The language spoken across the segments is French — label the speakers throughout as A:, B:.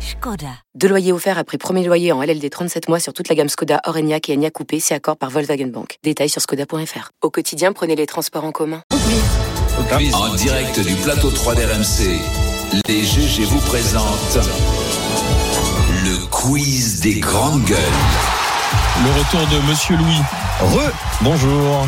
A: Skoda. Deux loyers offerts après premier loyer en LLD 37 mois sur toute la gamme Skoda, Orenia et Enya Coupé, c'est accord par Volkswagen Bank. Détails sur skoda.fr. Au quotidien, prenez les transports en commun.
B: En direct du plateau 3 d'RMC, les GG vous présentent le quiz des grandes gueules.
C: Le retour de Monsieur Louis.
D: Re,
C: bonjour.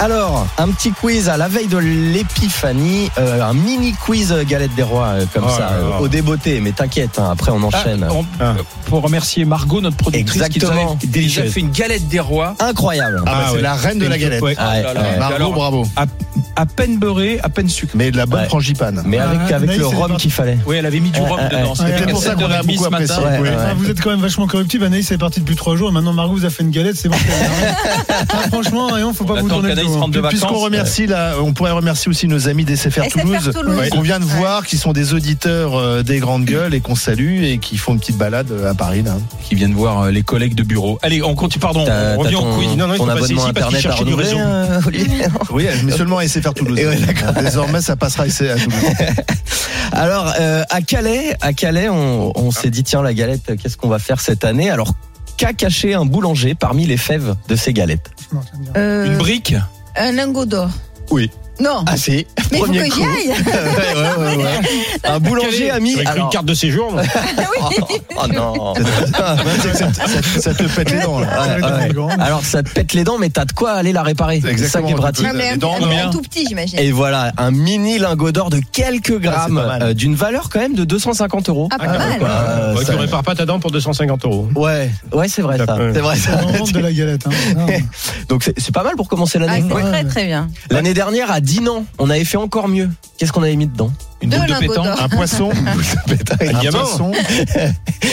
D: Alors, un petit quiz à la veille de l'épiphanie, euh, un mini quiz galette des rois, euh, comme
C: Oh
D: ça,
C: là
D: euh,
C: là.
D: au débeauté, mais t'inquiète, hein, après on enchaîne.
C: Ah, on- Pour remercier Margot, notre productrice, qui nous avait
D: Exactement.
C: déjà fait une galette des rois.
D: Incroyable.
E: Ah, bah, c'est
C: ouais.
E: la reine de la galette. Euh,
C: Ouais.
D: Ah, ouais,
C: Oh là là.
D: ouais.
E: Margot,
C: Alors-
E: bravo.
C: À, à peine beurrée, à peine sucrée.
E: Mais de la bonne
D: Ouais.
E: frangipane.
D: Mais
F: Ah,
D: avec,
F: ouais,
D: avec
F: Anaïs,
D: le
F: elle est
D: rhum
F: partie.
D: qu'il fallait.
C: Oui, elle avait mis du
D: Ah,
C: rhum
D: ah,
C: dedans.
D: ah.
C: C'était
F: Ouais,
C: à
F: c'est
E: pour ça qu'on a
C: 7h30
E: beaucoup
C: ce matin.
E: apprécié.
D: Ouais,
F: Ah, vous êtes quand même vachement corruptible. Anaïs elle est partie depuis trois jours. Et maintenant, Margot vous a fait une galette. C'est bon. ah, franchement, Rayon, faut pas
C: On
F: vous
C: attend
F: tourner le
C: qu'Anaïs
F: dos. hein.
C: rentre de
E: Puisqu'on
C: vacances.
E: remercie là, on pourrait remercier aussi nos amis des SFR
G: SFR
E: Toulouse, euh,
G: Toulouse.
E: qu'on vient de voir, qui sont des auditeurs euh, des grandes gueules et qu'on salue et qui font une petite balade euh, à Paris là.
C: Qui viennent voir euh, les collègues de bureau. Allez, on continue. Pardon,
D: T'as t'as
C: on revient
D: ton,
C: au quiz.
D: ton abonnement internet à renouveler, euh, Olivier
E: Oui, mais seulement à SFR Toulouse.
D: Et ouais,
E: Désormais, ça passera à Toulouse.
D: Alors, euh, à Calais, à Calais, on,
C: Ah.
D: on s'est dit tiens la galette, qu'est-ce qu'on va faire cette année Alors, qu'a caché un boulanger parmi les fèves de ses galettes
F: Non, j'aime bien.
G: Euh,
C: Une brique
G: un lingot d'or.
E: Oui.
G: Non.
D: Ah si,
G: mais faut que j'y aille.
D: Ouais, ouais, ouais, ouais. Un boulanger a mis.
C: Avec
D: alors-
C: une carte de séjour. non
D: Oh, oh non.
E: ça te pète les dents là.
F: Ça va être
D: Ah, ouais.
F: élégant.
D: Alors ça te pète les dents, mais t'as de quoi aller la réparer. C'est ça
E: Exactement,
D: qui est
E: tu
D: pratique.
G: Ah, mais un,
E: Dans
G: un-
C: combien
G: un tout petit, j'imagine.
D: Et voilà, un mini lingot d'or de quelques grammes,
E: pas mal.
D: euh, d'une valeur quand même de 250 euros.
G: Ah, pas mal.
D: Euh,
H: Ouais,
D: ça-
H: tu répares pas ta dent pour 250 euros.
D: Ouais, ouais, c'est vrai ça.
H: Ouais.
D: C'est vrai ça.
F: On rentre de la galette. hein. Non.
E: Ah,
D: Donc c'est c'est pas mal pour commencer
G: Ah,
D: l'année.
G: c'est
D: Ouais.
G: très très bien.
D: L'année dernière à Dinan, on avait fait encore mieux. Qu'est-ce qu'on avait mis dedans
C: Une
G: Deux
C: boule de
G: lingots
C: pétanque.
G: d'or.
E: Un poisson, un
C: diamant.
E: poisson,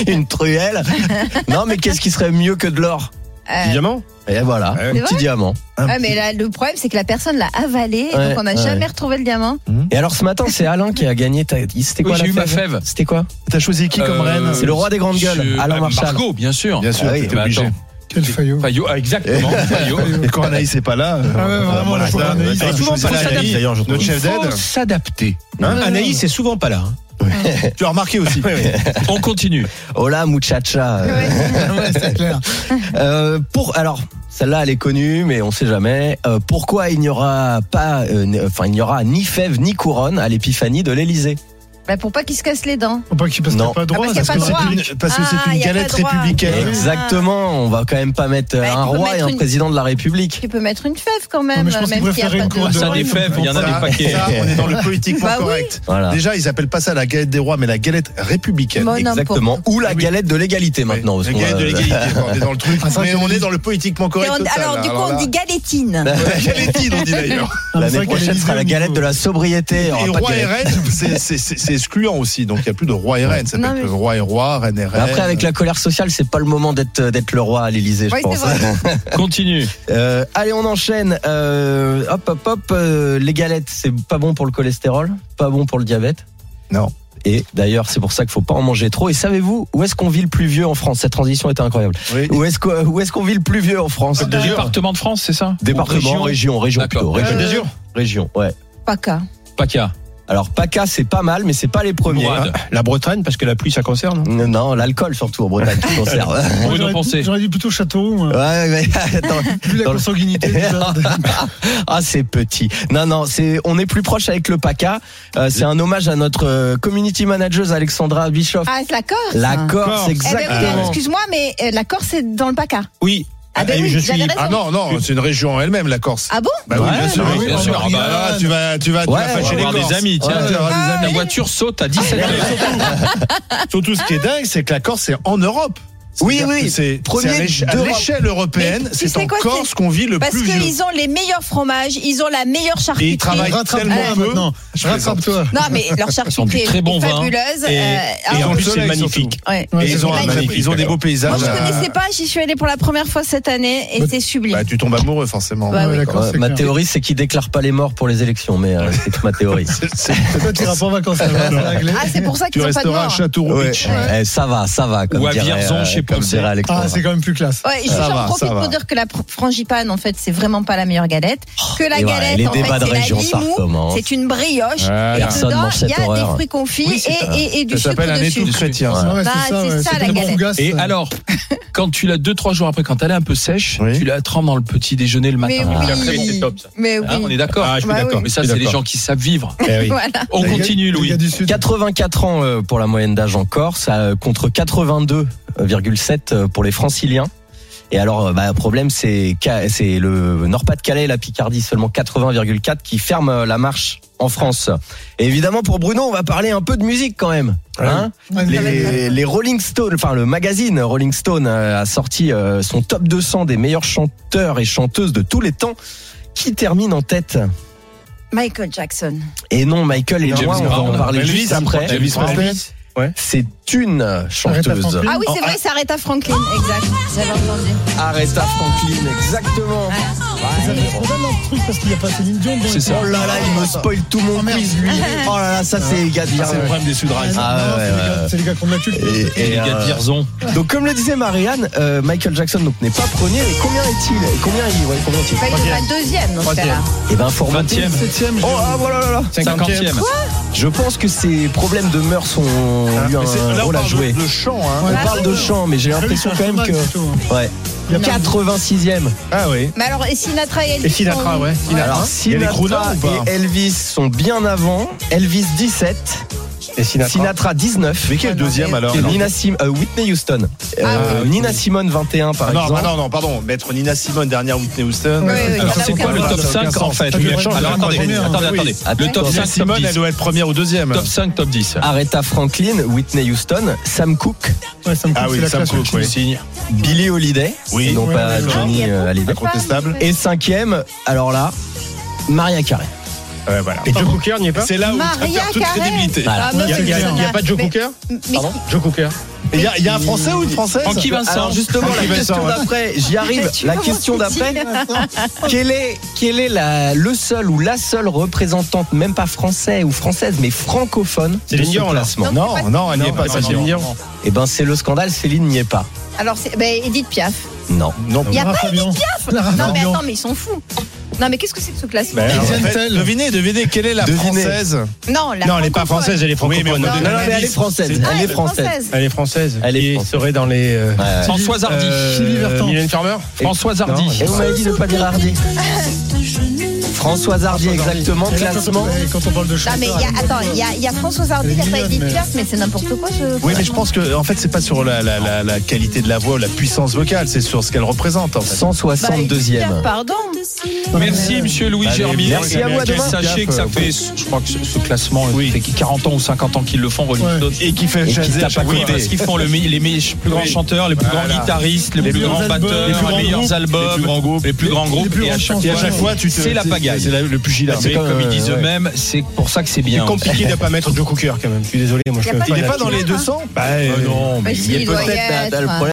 D: Une truelle. non, mais qu'est-ce qui serait mieux que de l'or
G: Euh,
H: Du diamant
D: Et voilà,
H: Ouais.
G: C'est
D: petit
G: vrai
D: diamant.
G: ah, mais là, le problème, c'est que la personne l'a avalé,
D: Ouais,
G: donc on n'a
D: ouais.
G: jamais retrouvé le diamant.
D: Et alors ce matin, c'est Alain qui a gagné. ta- C'était quoi
C: Oui,
D: la
C: j'ai eu ma
D: fève
C: fève.
D: C'était quoi
E: t'as choisi qui comme
C: Euh,
E: reine
D: C'est le roi des grandes gueules,
C: Je-
D: Alain
C: bah,
D: Marshall.
C: Margot, bien sûr.
E: Bien sûr,
D: Ah oui,
E: t'étais
C: bah,
E: obligé. Eh.
C: attends.
F: Quel faillot.
C: Fayot, ah, exactement. Fayot.
E: Et quand Anaïs n'est pas là, euh,
F: Ah ouais,
E: euh,
F: vraiment,
E: voilà,
F: la pauvre
E: ça,
F: Anaïs.
E: ça,
F: Elle est
E: je
C: souvent
E: choisis
C: pas là,
E: la
C: Anaïs.
E: Anaïs, d'ailleurs, je
C: Il
E: trouve. chef
C: faut
E: d'aide.
C: s'adapter.
E: Hein
H: Anaïs est souvent pas là. hein.
E: Tu as remarqué aussi.
C: On continue.
D: Hola muchacha.
F: Ouais, c'est clair.
D: Euh, pour alors celle-là elle est connue mais on sait jamais Euh, pourquoi il n'y aura pas euh, n- enfin il n'y aura ni fève ni couronne à l'épiphanie de l'Élysée.
G: Bah, pour pas qu'il se casse les dents.
F: Faut pas qu'il passe
D: Non.
F: pas
G: Ah,
F: droit.
G: parce qu'il y a pas
F: parce que
G: droit.
F: c'est une-
E: Une- Parce que
G: Ah,
E: c'est une
G: y a pas
E: galette
G: le droit.
E: républicaine.
D: Exactement, on va quand même pas mettre euh,
G: Ah. Bah, tu
D: un
G: peux
D: roi et
G: mettre
D: un
G: une-
D: président de la République.
G: Tu peux mettre une fève quand même,
F: Non, mais je
G: euh,
F: pense
G: même
F: qu'il
G: s'il y a
F: préférait
G: pas
F: une
G: de.
F: couronne de
C: Ça
F: Ouais,
C: défait, il y en a des
E: Ça,
C: paquets.
E: ça, on est dans le politiquement
G: Bah oui.
E: correct.
D: Voilà.
E: Déjà, ils appellent pas ça la galette des rois, mais la galette républicaine.
G: Bon, non,
D: Exactement,
G: pour-
D: ou la galette de l'égalité
E: Ouais,
D: maintenant parce
E: la
D: qu'on
E: galette
D: va-
E: de l'égalité. quoi, on est dans le truc,
F: Ah, ça,
E: mais
F: j'ai
E: on
F: dit.
E: est dans le politiquement
G: Et
E: correct.
G: on-
E: total,
G: alors,
E: là.
G: du coup,
E: Alors
G: on
E: là,
G: dit galétine.
E: Ouais, Galétine, on dit d'ailleurs.
F: Ah, mais c'est
D: euh, L'année
F: vrai qu'elle
D: prochaine
F: est
D: sera la
F: lisée au
D: galette de
F: niveau-
D: la sobriété. Il y aura
E: Et
D: pas de
E: roi et
D: galette.
E: reine, c'est- c'est c'est- c'est excluant aussi. Donc, il n'y a plus de roi et reine. Ça peut
G: Non, mais-
E: être roi et roi, reine et
D: Mais
E: reine.
D: Après avec la colère sociale, c'est pas le moment d'être euh, d'être le roi à l'Élysée, je
G: Oui, c'est
D: pense.
G: vrai.
C: Continue.
D: Euh, allez, on enchaîne. Euh, hop, hop, hop. euh, les galettes, c'est pas bon pour le cholestérol, pas bon pour le diabète.
E: Non.
D: Et d'ailleurs, c'est pour ça qu'il faut pas en manger trop. Et savez-vous où est-ce qu'on vit le plus vieux en France Cette transition était incroyable.
E: Oui.
D: Où est-ce qu'on où est-ce qu'on vit le plus vieux en France
C: Le département de France, c'est ça
D: Département,
C: Ou
D: région, région, plutôt,
C: D'accord.
D: région,
C: Euh,
H: D'Azur
D: région, ouais.
G: Paca.
C: PACA.
D: Alors PACA, c'est pas mal, mais c'est pas les premiers. hein.
C: Mourad.
H: La Bretagne, parce que la pluie, ça concerne. hein.
D: Non, non, l'alcool surtout en Bretagne, tout conserve.
F: Moi,
C: Bruno
F: j'aurais-
C: Poncet.
F: J'aurais dit plutôt château. euh,
D: Ouais, mais attends.
F: Vu la
D: Dans le-
F: consanguinité. déjà.
D: ah, c'est petit. Non, non, c'est, on est plus proche avec le PACA. Euh, c'est un hommage à notre euh, community manager Alexandra Bischoff.
G: Ah, c'est la Corse.
D: La
G: Corse.
D: Corse, Eh ben, exactement.
G: Excuse-moi, mais euh, la Corse, c'est dans le Paca.
H: Oui.
G: Ah, ben
H: Et
G: oui,
H: je suis.
G: j'avais raison.
E: Ah non, non, c'est une région en elle-même, la Corse.
G: Ah bon
E: Bah oui,
D: Ouais,
E: bien sûr.
C: bah oui, bien
E: Ah
C: sûr.
E: bah,
C: Ah bah,
E: là, tu vas, tu vas, tu
D: Ouais, on
E: vas
C: On va
E: fâcher les
C: avoir
E: Corses.
C: des amis, tiens.
E: Ouais, tu vas avoir
D: Ah,
E: des
C: La
E: amis.
C: voiture saute à 17 heures.
E: Surtout ce qui est dingue, c'est que la Corse est en Europe.
D: Oui,
E: C'est-à-dire
D: oui,
E: que C'est
D: premier
E: c'est à l'éche- à
D: d'Europe.
E: l'échelle européenne,
G: Mais tu
E: c'est
G: sais quoi,
E: encore
G: c'est-
E: ce qu'on vit le
G: Parce
E: plus vieux.
G: qu'ils ont les meilleurs fromages, ils ont la meilleure
E: Et
G: charcuterie.
E: ils travaillent
F: Rattrape-moi
E: tellement peu.
F: maintenant.
E: Je
F: Rattrape-toi.
G: Non, mais leur
C: Ils ont du
G: charcuterie
C: très
G: est
C: bon vin.
G: fabuleuse.
H: Et-
G: euh,
H: Et en
G: alors-
E: Dans
H: plus,
E: le
H: c'est
E: soleil,
H: magnifique.
G: ouais.
E: Et
F: c'est
E: ils ont,
G: vrai.
E: un-
H: Magnifique,
E: ils ont des
H: alors.
E: beaux
G: Moi,
E: paysages.
G: je
E: à-
G: connaissais pas, j'y suis allée pour la première fois cette année et c'est sublime.
E: bah, Bah, tu tombes amoureux, forcément.
G: Bah, Ah oui.
F: d'accord,
D: Ouais,
F: c'est
D: ma
F: clair.
D: théorie, c'est qu'ils déclarent pas les morts pour les élections, mais euh, c'est ma théorie.
F: Toi, tu iras pas en vacances. alors, c'est réglé.
G: ah, c'est pour ça
E: Tu
G: qu'ils ont pas de
E: resteras à
G: mort.
E: Châteauroux.
D: Ouais.
E: Beach.
D: Eh, ça va, ça va. Comme
C: Ou à
D: dirait,
C: Vierzon,
D: euh,
C: je sais pas
D: comme
C: où c'est.
D: dirait Alexandre.
F: Ah, c'est quand même plus classe.
G: Ouais, je-
E: Ça
G: j'en
E: va,
G: profite
E: ça va.
G: pour dire que la pr- frangipane, en fait, c'est vraiment pas la meilleure galette. Que la
D: Et voilà,
G: galette,
D: les
G: en fait,
D: débats de
G: c'est la
D: région, ça
G: limou,
D: recommence.
G: c'est une brioche.
C: Voilà.
G: Et
D: Personne
G: dedans,
D: mange
G: il
D: cette
G: y a des
D: horreur.
G: fruits confits
D: Oui, c'est
G: et-
D: ça.
G: et, et du
E: Ça
G: sucre
E: s'appelle un
G: dessus.
E: étoupe chrétien. ça.
F: Ouais,
G: Bah, c'est ça, la
F: tellement
G: galette.
F: fougasse,
C: Et
F: ça.
C: alors, quand tu l'as deux trois jours après, quand elle est un peu sèche,
E: Oui.
C: tu la trempes dans le petit déjeuner le
G: Mais
C: matin.
G: oui,
H: puis après, bon, c'est top, ça.
G: mais oui.
C: Hein, on est d'accord.
H: Ah, je suis
G: Bah
H: d'accord.
G: oui.
C: Mais ça,
H: Je suis
C: c'est les
H: d'accord.
C: gens qui savent vivre.
H: Eh oui.
G: Voilà.
C: On
F: Les gars-
C: continue,
F: les
C: Louis.
F: gars du Sud.
E: Ah,
D: 84 ans euh, pour la moyenne d'âge en Corse, euh, contre 82,7 euh, pour les Franciliens. Et alors, euh, bah, le problème, c'est Ca- c'est le Nord-Pas-de-Calais, la Picardie, seulement 80,4 qui ferme euh, la marche en France. Et évidemment, pour Bruno, on va parler un peu de musique quand même. hein.
F: Ouais, mais-
D: les, les Rolling Stone, enfin le magazine Rolling Stone euh, a sorti euh, son top 200 des meilleurs chanteurs et chanteuses de tous les temps. Qui termine en tête
G: Michael Jackson.
D: Et non, Michael est
C: James
D: loin, on va
C: Brown.
D: en parler
C: Elvis,
D: juste après.
C: Elvis Presley.
D: C'est une
F: Aretha
D: chanteuse.
F: Franklin.
G: Ah oui, c'est vrai, c'est Aretha Franklin, exact. Oh, J'avais entendu.
D: Aretha Franklin, exactement.
F: Ça fait trop mal, leur
C: Ah,
F: truc, parce qu'il n'y a pas Céline Dion. donc-
C: C'est ça.
D: Oh là là, il me spoil tout mon quiz, lui. Oh là là, ça c'est les gars de
E: Ah. C'est le
D: Vierzon.
E: problème des Sudrails.
D: Ah,
F: Non,
D: ouais,
F: c'est les gars-
D: ouais.
F: C'est les gars qui ont de la culture.
D: Et-
C: Et les
D: euh,
C: gars de Vierzon.
D: Donc comme le disait Marianne, euh, Michael Jackson donc n'est pas premier. Et combien est-il Et Combien est-il ouais, combien est-il
G: Bah, il est la deuxième dans ce cas-là.
D: Eh ben, faut remonter.
C: 20e.
D: Oh ah voilà là là.
C: 50e.
D: Je pense que ces problèmes de mœurs sont eu
E: Ah, Mais c'est-
D: un
E: Là, on
D: rôle à
E: parle
D: jouer.
E: de, de chant. Hein.
D: On
G: Ah,
D: parle de
G: oui.
D: chant, mais
F: Bah,
D: j'ai l'impression quand même que ouais.
F: hein. Il y a pas-
D: 86e.
E: Ah oui.
G: Mais alors, et Sinatra et Elvis
E: Et Sinatra,
G: sont-
E: ouais.
D: Alors
E: Sinatra. Il y a les
D: Sinatra
E: crooners ou pas
D: et Elvis sont bien avant. Elvis 17,
E: Et Sinatra.
D: Sinatra 19.
E: Mais qui est le deuxième alors
D: Et
E: Non.
D: Nina Sim- euh, Whitney Houston. Euh, Nina Simone 21 par
E: Ah Non,
D: exemple.
E: bah non, non, pardon. Maître Nina Simone, dernière Whitney Houston.
G: Oui, oui,
C: Alors,
G: ça
C: c'est
G: n'a
C: quoi
G: aucun
C: le
G: sens.
C: top 5 en fait
F: Ça devrait changer
C: Alors,
F: la
C: attendez,
F: première, hein.
C: attendez, attendez. Le top
D: Attends.
C: 5,
E: Nina
C: top
E: Ah Simone, elle
C: 10.
E: doit être première ou deuxième.
C: Top 5, top 10.
D: Aretha Franklin, Whitney Houston, Sam Cooke,
F: Ouais, ça me coupe,
E: Ah oui,
F: c'est la
E: Sam
F: classe
E: Cooke,
F: ultime.
E: oui. Signe.
D: Billie Holiday,
E: Oui.
D: et non
F: Ouais,
D: pas
F: ouais,
D: Johnny
G: ouais.
D: euh, Hallyday.
E: Incontestable.
D: Et cinquième, alors là, Maria Carey.
E: Ah Ouais, voilà.
H: Et Joe Cooker n'y est pas
E: C'est
G: Ah
E: là où tu
G: Maria
E: perds toute
G: Carey.
E: crédibilité.
G: Ah,
H: Il
G: meuf,
H: n'y a, y a pas de Joe
G: mais-
H: Cooker
G: mais-
D: Pardon
H: Joe Cooker.
E: Il y, a- il y a un français ou une française
C: Francky Vincent.
D: Alors justement,
E: Francky
D: la question
E: Vincent, ouais.
D: d'après, j'y arrive.
G: Tu
D: La
G: vois,
D: question
G: mon petit.
D: d'après, quelle est, quelle est la, le seul ou la seule représentante, même pas français ou française, mais francophone
H: C'est
D: de
H: Céline
D: ce
H: Dion, là.
D: classement
E: Non, non, elle n'y est pas.
H: non,
E: ça,
H: non,
E: c'est
H: non.
E: mignon.
D: Eh ben, c'est le scandale, Céline n'y est pas.
G: Alors, c'est- ben, Edith Piaf.
D: Non.
E: Non.
G: Il y a
F: Lara
G: pas
F: Fabian. Lara
G: Non, mais
F: Fabian.
G: attends, mais ils sont fous. Non, mais qu'est-ce que c'est que ce classement
E: Ben, alors, en
F: Diane
E: fait,
F: Tell.
E: Devinez, devinez, quelle est la
D: Devinez.
E: française
G: Non, la
H: Non, elle n'est pas
G: francophone.
H: française, elle est
E: Oui, mais on
H: francophone.
E: donne
D: Non,
E: un
D: non, mais elle est
E: indice.
D: française.
G: Ah,
D: Elle est française.
H: Elle est française.
D: Elle est
H: Et
D: française.
H: serait dans les. euh,
D: Ouais.
C: Françoise Hardy.
F: Sylvie Vartan.
H: Mylène Farmer
C: Françoise Hardy.
D: Et on m'avait dit de pas dire Hardy. Françoise Hardy, exactement,
F: Et là, quand on-
D: classement.
F: ouais, Quand on parle de
G: Non, mais il
F: chanteur.
G: y a, attends, il y a, il y a Françoise Hardy, il n'y a pas
F: mignonne,
G: Edith
F: mais-
G: Piaf, mais c'est n'importe quoi. Je... Bah,
E: Oui, mais je pense que en fait, c'est pas sur la, la, la, la qualité de la voix ou la puissance vocale, c'est sur ce qu'elle représente. En fait.
G: Bah, Edith
D: 162e.
G: Piaf, pardon.
C: Merci, monsieur Louis
E: Allez,
C: Germier.
E: merci à vous, à demain.
C: Sachez que ça fait, je crois que ce ce classement,
E: Oui.
C: fait 40 ans ou 50 ans qu'ils le font, Rolling
F: Ouais.
C: Stones.
E: Et qui fait
D: qui
E: jaser
D: t'a
E: à chaque
D: pas
C: Oui,
D: Écoutez.
E: fois.
C: parce qu'ils font le me- les me- plus grands
E: Oui.
C: chanteurs, les plus grands
E: Voilà.
C: guitaristes, les, plus
F: plus
C: grands
F: grands
C: batteurs,
F: albums,
C: les,
F: les plus grands
C: meilleurs
F: groupes,
C: albums,
E: les plus grands groupes.
C: les plus grands groupes,
F: les plus
C: et à
F: grandes
C: chaque,
F: chansons,
E: Et à chaque
F: Ouais.
E: fois, tu te-
C: C'est la
E: c'est-
C: pagaille.
E: C'est la- le
C: Mais
E: pugilat.
C: comme,
D: comme,
C: ils
D: euh,
C: disent
D: ouais.
C: eux-mêmes, c'est pour ça que c'est
H: C'est
C: bien.
H: compliqué de ne pas mettre Joe Cooker quand même. Je suis désolé, moi je
G: Y a
H: suis
G: pas
H: un
G: de- hein.
H: fan
E: Il
C: Ah
E: n'est pas dans
H: absolu.
E: les 200
H: Bah, euh,
E: non,
G: mais il doit y être,
D: le
G: hein.
D: problème,